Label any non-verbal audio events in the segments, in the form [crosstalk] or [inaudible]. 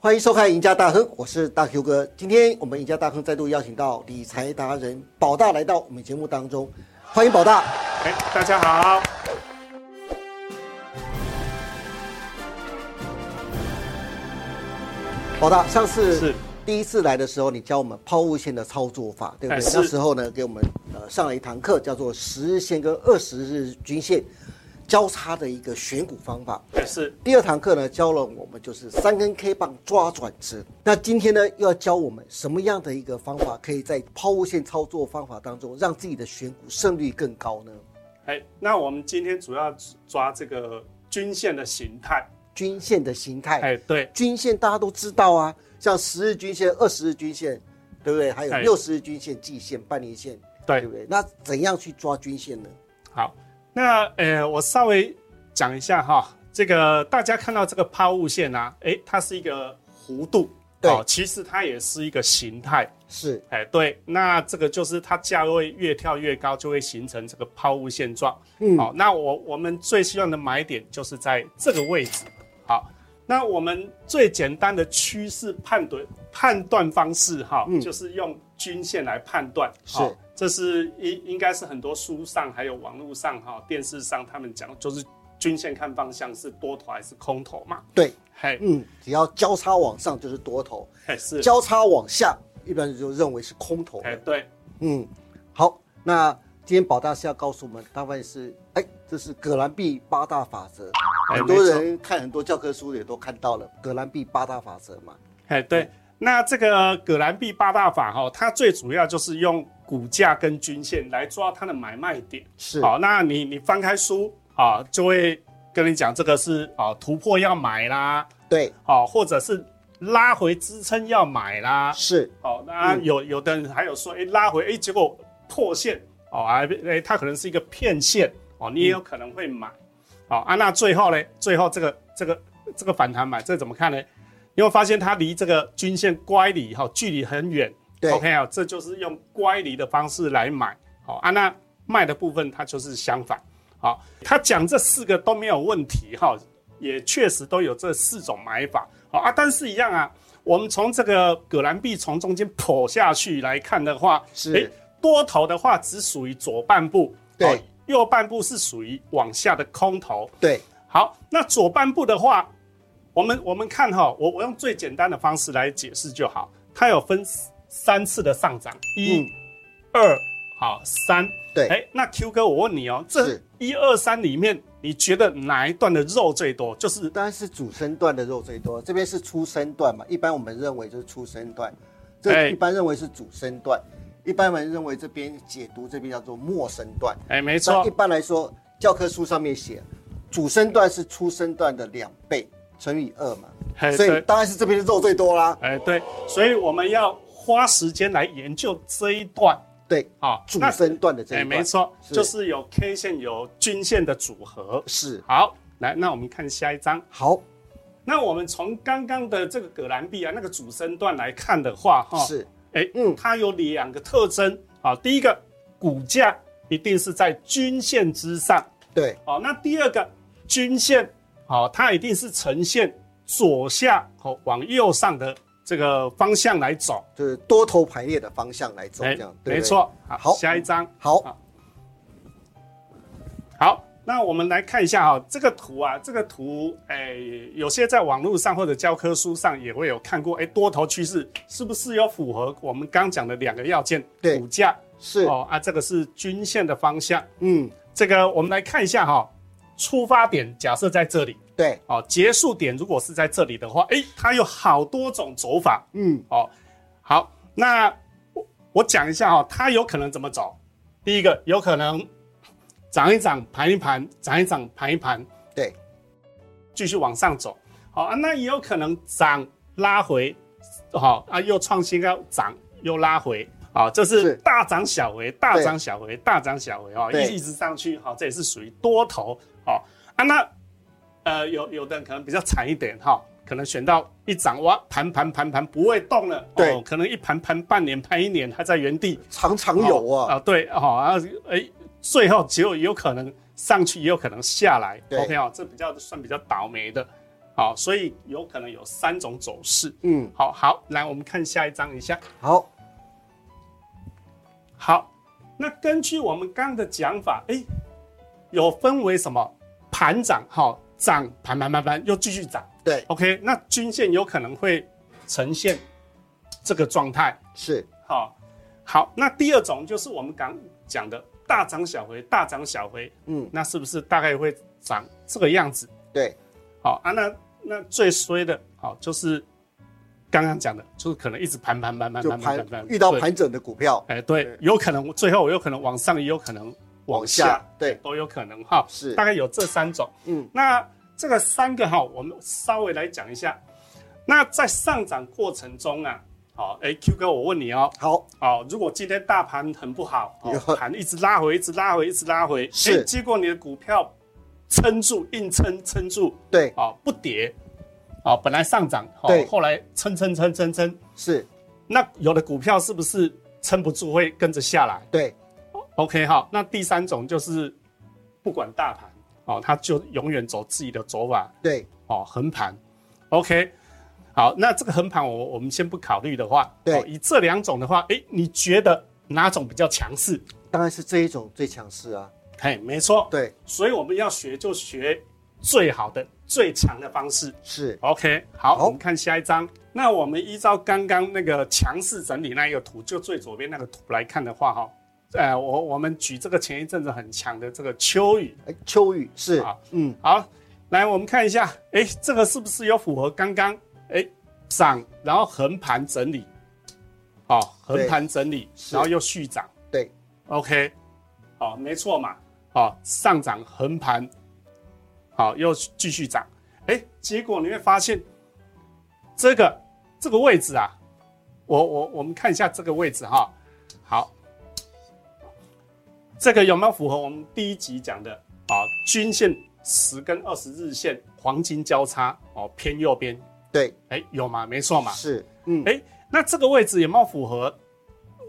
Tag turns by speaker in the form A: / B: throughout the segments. A: 欢迎收看《赢家大亨》，我是大 Q 哥。今天我们《赢家大亨》再度邀请到理财达人宝大来到我们节目当中，欢迎宝大。
B: 哎，大家好。
A: 宝大，上次
B: 是
A: 第一次来的时候，你教我们抛物线的操作法，对不
B: 哎
A: 对？
B: 是
A: 那时候呢，给我们呃上了一堂课，叫做十日线跟二十日均线交叉的一个选股方法。
B: 哎，是
A: 第二堂课呢，教了我们就是三根 K 棒抓转值。那今天呢，又要教我们什么样的一个方法，可以在抛物线操作方法当中，让自己的选股胜率更高呢？
B: 哎，那我们今天主要抓这个均线的形态。
A: 均线的形态，
B: 哎，对，
A: 均线大家都知道啊，像十日均线、二十日均线，对不对？还有
B: 哎
A: 六十日均线、季线、半年线，
B: 对
A: 对不对？那怎样去抓均线呢？
B: 好，那呃，我稍微讲一下哈，这个大家看到这个抛物线啊，哎，它是一个弧度，
A: 对
B: 哦其实它也是一个形态。
A: 是
B: 哎，对，那这个就是它价位越跳越高，就会形成这个抛物线状。
A: 嗯
B: 好、那我我们最希望的买点就是在这个位置。好，那我们最简单的趋势判断判断方式哈、
A: 嗯
B: 就是用均线来判断。
A: 是
B: 好这是应应该是很多书上还有网络上哈、电视上他们讲，就是均线看方向是多头还是空头嘛？
A: 对，
B: 嘿，
A: 嗯，只要交叉往上就是多头，
B: 嘿是，
A: 交叉往下一般人就认为是空头了
B: 哎，对，
A: 嗯，好，那今天宝大是要告诉我们，大概是哎，这是葛兰碧八大法则，
B: 哎
A: 很多
B: 没错
A: 人看很多教科书也都看到了葛兰碧八大法则嘛。
B: 哎，对，那这个葛兰碧八大法哈、它最主要就是用股价跟均线来抓它的买卖点。
A: 是
B: 好，那你你翻开书啊，就会跟你讲这个是啊突破要买啦，
A: 对，
B: 啊或者是拉回支撑要买啦。
A: 是
B: 好，那有有的人还有说，哎、拉回，哎、结果破线哦，啊，哎、它可能是一个骗线哦，你也有可能会买。好、啊，那最后呢？最后这个这个这个反弹买，这怎么看呢？你会发现它离这个均线乖离哈、哦、距离很远。
A: 对
B: ，OK 啊、这就是用乖离的方式来买。好、啊，那卖的部分它就是相反。好、他讲这四个都没有问题哈、也确实都有这四种买法。好、啊，但是一样啊，我们从这个葛兰碧从中间剖下去来看的话，
A: 是
B: 诶多头的话只属于左半部，
A: 对
B: 哦右半部是属于往下的空头。
A: 对，
B: 好，那左半部的话，我们我们看哈、我我用最简单的方式来解释就好。它有分三次的上涨，一、
A: 嗯
B: 二，好三。
A: 对
B: 哎，那 Q 哥，我问你哦，这
A: 是
B: 一二三里面，你觉得哪一段的肉最多？就是
A: 当然是主升段的肉最多，这边是初升段嘛，一般我们认为就是初升段，这
B: 哎
A: 一般认为是主升段，一般人认为这边解读这边叫做末升段。
B: 哎，没
A: 那
B: 错
A: 一，般来说，教科书上面写，主升段是初升段的两倍乘以二嘛，
B: 嘿
A: 所以
B: 对
A: 当然是这边的肉最多啦。
B: 哎，对，所以我们要花时间来研究这一段
A: 对，
B: 啊，
A: 主
B: 那
A: 升段的这一
B: 哎，
A: 段，
B: 没，错，
A: 是
B: 就是有 K 线有均线的组合。
A: 是
B: 好，来，那我们看下一张。
A: 好
B: 那我们从刚刚的这个葛兰碧啊那个主升段来看的话，哈，，
A: 是
B: 哎，
A: 嗯
B: 嗯，它有两个特征啊。第一个，股价一定是在均线之上，
A: 对
B: 哦，那第二个均线，哦，它一定是呈现左下哦往右上的这个方向来走，
A: 就是多头排列的方向来走，这
B: 哎
A: 样对不对
B: 没。错。
A: 好
B: 好，下一张。
A: 好，
B: 好，那我们来看一下哈、这个图啊，这个图，哎、有些在网络上或者教科书上也会有看过，哎、多头趋势是不是有符合我们刚讲的两个要件？
A: 对
B: 股价
A: 是
B: 哦啊，这个是均线的方向。
A: 嗯，
B: 这个我们来看一下哈、出发点假设在这里
A: 对，
B: 哦，结束点如果是在这里的话，哎、它有好多种走法
A: 嗯，
B: 哦。好，那我我讲一下哈、它有可能怎么走？第一个有可能涨一涨，盘一盘，涨一涨，盘一盘，
A: 对，
B: 继续往上走。好啊，那也有可能涨拉回，好、啊，又创新高，涨又拉回，啊、这
A: 是
B: 是大涨小回，大涨小回，大涨小回啊、哦，
A: 对
B: 一一直上去，好、这也是属于多头，哦啊，那呃有有的人可能比较惨一点哈、可能选到一涨哇，盘盘盘盘不会动了，
A: 对
B: 哦，可能一盘盘半年盘一年还在原地，
A: 常常有
B: 哦
A: 啊，
B: 啊，对，好、啊，哎，最后结果也有可能上去，也有可能下来啊
A: 对
B: ，OK 哦，这比较算比较倒霉的，好，所以有可能有三种走势。
A: 嗯，
B: 好好，来我们看下一张一下。
A: 好，
B: 好，那根据我们刚的讲法，哎，有分为什么盘涨，好、涨盘盘盘盘又继续涨
A: 对，
B: ，OK，那均线有可能会呈现这个状态。
A: 是，
B: 好、好，那第二种就是我们刚讲的大涨小回，大涨小回，
A: 嗯，
B: 那是不是大概会长这个样子？
A: 对，
B: 好、啊，那那最衰的，好、就是刚刚讲的，就是可能一直盘盘盘盘
A: 就
B: 盘盘
A: 盘
B: 盘，
A: 遇到
B: 对，
A: 盘整的股票
B: 哎，对，有可能最后有可能往上，也有可能往下，
A: 对，
B: 都有可能哈、
A: 是
B: 大概有这三种。
A: 嗯，
B: 那这个三个哈，我们稍微来讲一下。那在上涨过程中啊，好、哎，Q 哥，我问你哦，
A: 好，
B: 哦，如果今天大盘很不好，
A: 有
B: 哦、盘一直拉回，一直拉回，一直拉回，
A: 是
B: 哎结果你的股票撑住，硬撑撑住，
A: 对，
B: 哦，不跌，哦，本来上涨，哦
A: 对，
B: 后来撑撑撑撑撑，
A: 是，
B: 那有的股票是不是撑不住会跟着下来
A: 对，
B: ？OK，好，那第三种就是不管大盘，哦，它就永远走自己的走法，
A: 对，
B: 哦，横盘，OK。好，那这个横盘我我们先不考虑的话，
A: 对
B: 哦以这两种的话，哎，你觉得哪种比较强势？
A: 当然是这一种最强势啊，
B: 嘿，没错，
A: 对，
B: 所以我们要学就学最好的、最强的方式。
A: 是，
B: OK，好，
A: 好
B: 我们看下一张。那我们依照刚刚那个强势整理那一个图，就最左边那个图来看的话，哈，呃，我我们举这个前一阵子很强的这个秋雨，
A: 哎，秋雨是
B: 好，
A: 嗯，
B: 好，来我们看一下，哎，这个是不是有符合刚刚哎涨，然后横盘整理，哦，横盘整理，
A: 是
B: 然后又续涨，
A: 对
B: ，OK，好、没错嘛，哦，上涨横盘，好、又继续涨，哎，结果你会发现这个这个位置啊，我我我们看一下这个位置哈、好，这个有没有符合我们第一集讲的啊？均线十跟二十日线黄金交叉哦，偏右边，
A: 对，
B: 哎，有吗？没错嘛。
A: 是，嗯，
B: 哎，那这个位置有没有符合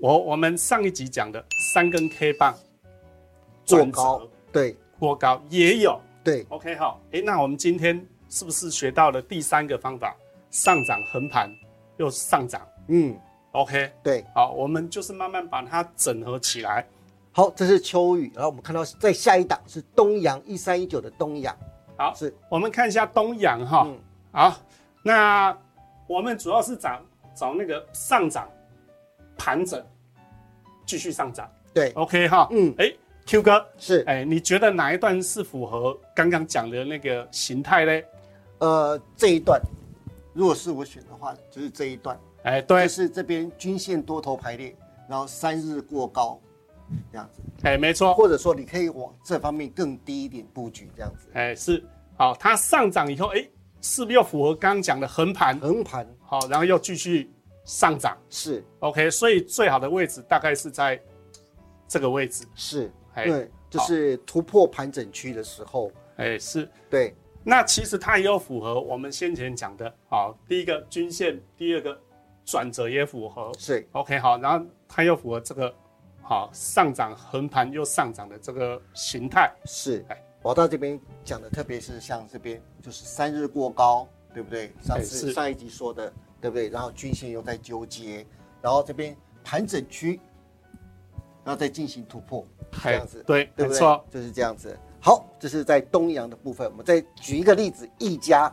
B: 我我们上一集讲的三根 K 棒
A: 做
B: 转折
A: 高，对，
B: 过高也有？
A: 对，
B: OK，好，诶，那我们今天是不是学到了第三个方法？上涨横盘又上涨
A: 嗯，
B: ，OK，
A: 对，
B: 好，我们就是慢慢把它整合起来。
A: 好，这是秋雨，然后我们看到在下一档是东阳一三一九的东阳，
B: 好
A: 是，
B: 我们看一下东阳哈，
A: 嗯
B: 好，那我们主要是找找那个上涨盘整，继续上涨
A: 对，
B: ，OK 哈，
A: 嗯，
B: 诶 q 哥，
A: 是，
B: 诶，哎你觉得哪一段是符合刚刚讲的那个形态嘞？
A: 呃，这一段，如果是我选的话，就是这一段，
B: 诶，哎对
A: 就，是这边均线多头排列，然后三日过高，这样子，
B: 诶，哎没错，
A: 或者说你可以往这方面更低一点布局，这样子，
B: 哎，是好，它上涨以后，哎，是不是又符合刚刚讲的横盘？
A: 横盘
B: 好，然后又继续上涨。
A: 是
B: OK，所以最好的位置大概是在这个位置。
A: 是，
B: 哎
A: 对，就是突破盘整区的时候，
B: 哎，是。
A: 对，
B: 那其实它也有符合我们先前讲的，好，第一个均线，第二个转折也符合。
A: 是，
B: OK，好，然后它又符合这个好上涨横盘又上涨的这个形态。
A: 是
B: 哎，
A: 我到这边讲的，特别是像这边就是三日过高，对不对？上次
B: 哎是
A: 上一集说的，对不对？然后均线又在纠结，然后这边盘整区，然后再进行突破，这样子，
B: 对，
A: 对不
B: 没
A: 对？
B: 错。
A: 就是这样子。好，这是在东阳的部分，我们再举一个例子，一家，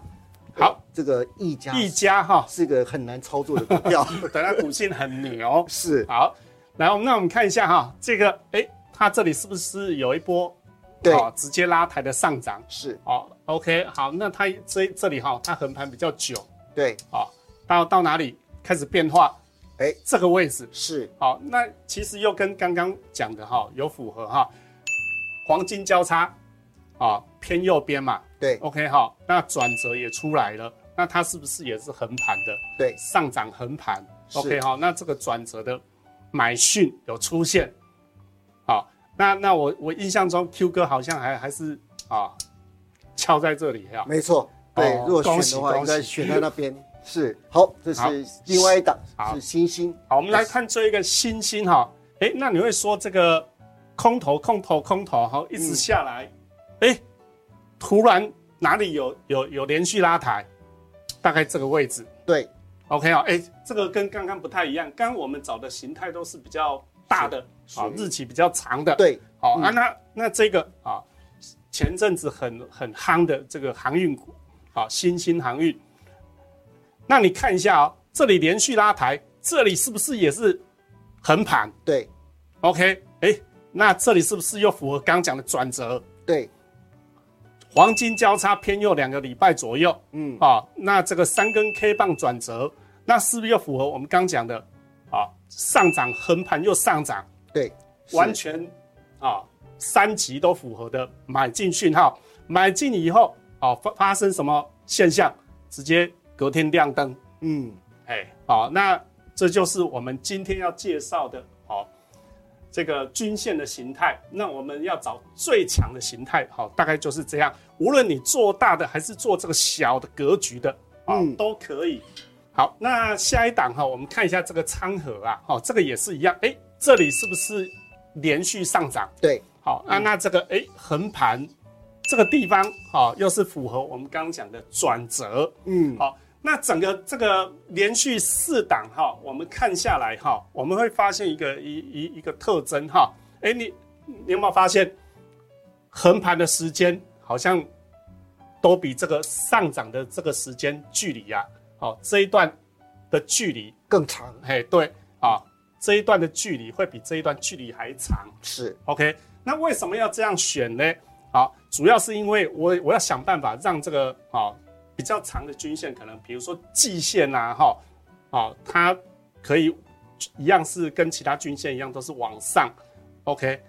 A: 哎
B: 好，
A: 这个一家
B: 一家哈，
A: 是个很难操作的股票， [laughs]
B: 等它股性很牛。啊
A: 是，
B: 好，然后那我们看一下哈，这个哎，它这里是不是有一波
A: 对，
B: 哦直接拉抬的上涨？
A: 是，
B: 哦，OK，好，那它这这里哈、它横盘比较久
A: 对，
B: 哦，到到哪里开始变化？
A: 哎
B: 这个位置，
A: 是，
B: 好、那其实又跟刚刚讲的哈、有符合哈、黄金交叉啊、哦偏右边嘛
A: 对，
B: ，OK 哈、那转折也出来了，那它是不是也是横盘的？
A: 对，
B: 上涨横盘
A: 是
B: ，OK 好，那这个转折的买讯有出现，好，那那我我印象中 Q 哥好像还还是啊翘在这里哈，
A: 没错，对，
B: 哦
A: 如果
B: 恭
A: 选
B: 喜
A: 的话，
B: 恭
A: 应该
B: 喜
A: 选在那边。是，好，这
B: 好
A: 是另外一档
B: 好
A: 是星星，
B: 好，我们来看这一个星星哈，诶，那你会说这个
A: 嗯
B: 空头空头空头哈，一直下来，诶，突然哪里有有有连续拉抬，大概这个位置。
A: 对，
B: OK 啊、哎，这个跟刚刚不太一样，刚刚我们找的形态都是比较大的
A: 是
B: 啊、日期比较长的。
A: 对，嗯
B: 好、啊，那那这个啊，前阵子很很夯的这个航运股，啊，新兴航运，那你看一下啊、这里连续拉抬，这里是不是也是横盘
A: 对，
B: ？OK，哎，那这里是不是又符合刚刚讲的转折？
A: 对，
B: 黄金交叉偏右两个礼拜左右，
A: 嗯，
B: 啊，那这个三根 K 棒转折，那是不是又符合我们刚讲的啊？上涨横盘又上涨，
A: 对，是
B: 完全啊三级都符合的买进讯号。买进以后啊发发生什么现象？直接隔天亮灯，
A: 嗯，
B: 哎，好、那这就是我们今天要介绍的，好、这个均线的形态。那我们要找最强的形态，好、大概就是这样。无论你做大的还是做这个小的格局的，啊、
A: 嗯
B: 都可以。好，那下一档哈、我们看一下这个仓盒啊，好、这个也是一样，哎，这里是不是连续上涨？
A: 对，
B: 好，那那这个哎横盘这个地方，好、又是符合我们刚刚讲的转折，
A: 嗯，
B: 好，那整个这个连续四档哈，我们看下来哈，我们会发现一个一一一个特征哈，哎，你你有没有发现横盘的时间好像都比这个上涨的这个时间距离啊，好这一段的距离，
A: 更长
B: 哎对啊，这一段的距离会比这一段距离还长。
A: 是，
B: OK，那为什么要这样选呢？好，主要是因为我我要想办法让这个啊、比较长的均线，可能比如说季线呐、啊，哈、哦，它可以一样是跟其他均线一样都是往上，OK，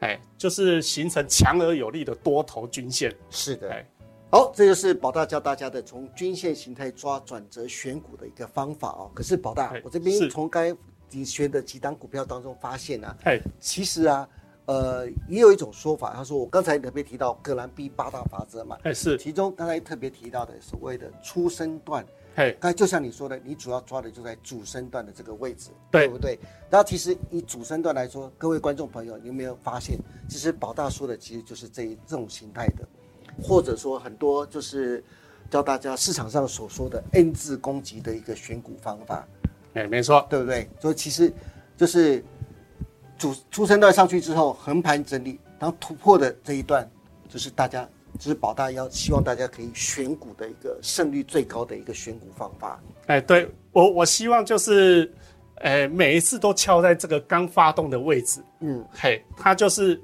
B: 哎，就是形成强而有力的多头均线。
A: 是的
B: 哎。
A: 好，这就是宝大教大家的从均线形态抓转折选股的一个方法哦。可是宝大
B: 哎，
A: 我这边
B: 是
A: 从刚才你选的几档股票当中发现啊，
B: 哎，
A: 其实啊，呃，也有一种说法，他说我刚才特别提到格兰碧八大法则嘛，
B: 哎是，
A: 其中刚才特别提到的所谓的出生段，
B: 哎
A: 刚才就像你说的，你主要抓的就在主升段的这个位置，
B: 对
A: 不对？然后其实以主升段来说，各位观众朋友，你有没有发现，其实宝大说的其实就是这一这种形态的，或者说很多就是教大家市场上所说的 N 字攻击的一个选股方法，
B: 哎没错，
A: 对不对？所以其实就是主出生段上去之后，横盘整理，然后突破的这一段，就是大家就是宝大要希望大家可以选股的一个胜率最高的一个选股方法。
B: 哎对我我希望就是，哎每一次都敲在这个刚发动的位置。
A: 嗯，
B: 嘿，它就是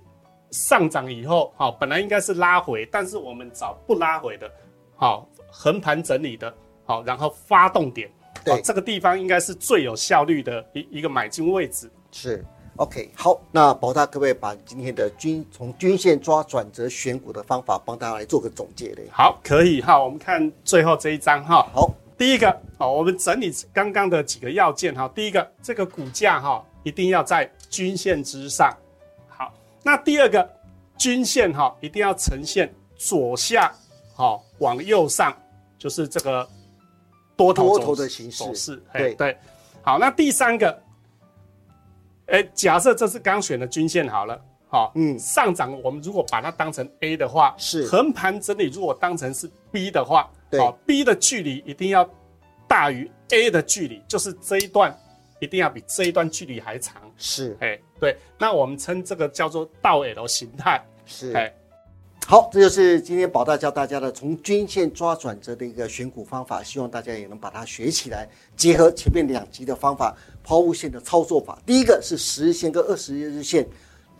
B: 上涨以后，好、本来应该是拉回，但是我们找不拉回的，好、横盘整理的，好、然后发动点，
A: 对
B: 哦，这个地方应该是最有效率的一一个买进位置。
A: 是。OK，好，那宝大各位把今天的均从均线抓转折选股的方法帮大家来做个总结嘞。
B: 好，可以哈、我们看最后这一张哈、
A: 好，
B: 第一个，好，我们整理刚刚的几个要件哈。第一个，这个股价哈一定要在均线之上。好，那第二个，均线哈一定要呈现左下好往右上，就是这个多头
A: 多
B: 走
A: 头的形式
B: 走势。
A: 对
B: 哎对，好，那第三个，哎，假设这是刚选的均线好了。好，
A: 嗯
B: 嗯，上涨我们如果把它当成 A 的话，
A: 是
B: 横盘整理，如果当成是 B 的话，
A: 对
B: 好 b 的距离一定要大于 A 的距离，就是这一段一定要比这一段距离还长。
A: 是
B: 哎，对，那我们称这个叫做倒 L 形态。
A: 是。
B: 哎，
A: 好，这就是今天宝大教大家的从均线抓转折的一个选股方法，希望大家也能把它学起来，结合前面两集的方法，抛物线的操作法。第一个是十日线跟二十日线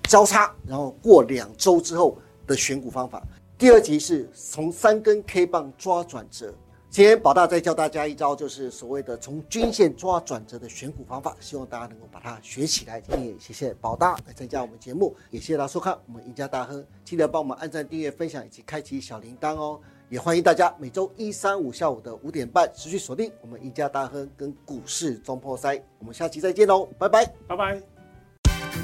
A: 交叉，然后过两周之后的选股方法。第二集是从三根 K 棒抓转折。今天宝大再教大家一招，就是所谓的从均线抓转折的选股方法，希望大家能够把它学起来。今天也谢谢宝大来参加我们节目，也谢谢大家收看我们赢家大亨，记得帮我们按赞、订阅、分享以及开启小铃铛哦。也欢迎大家每周一、三、五下午的五点半持续锁定我们赢家大亨跟股市中破塞，我们下期再见喽，拜拜。
B: 拜拜。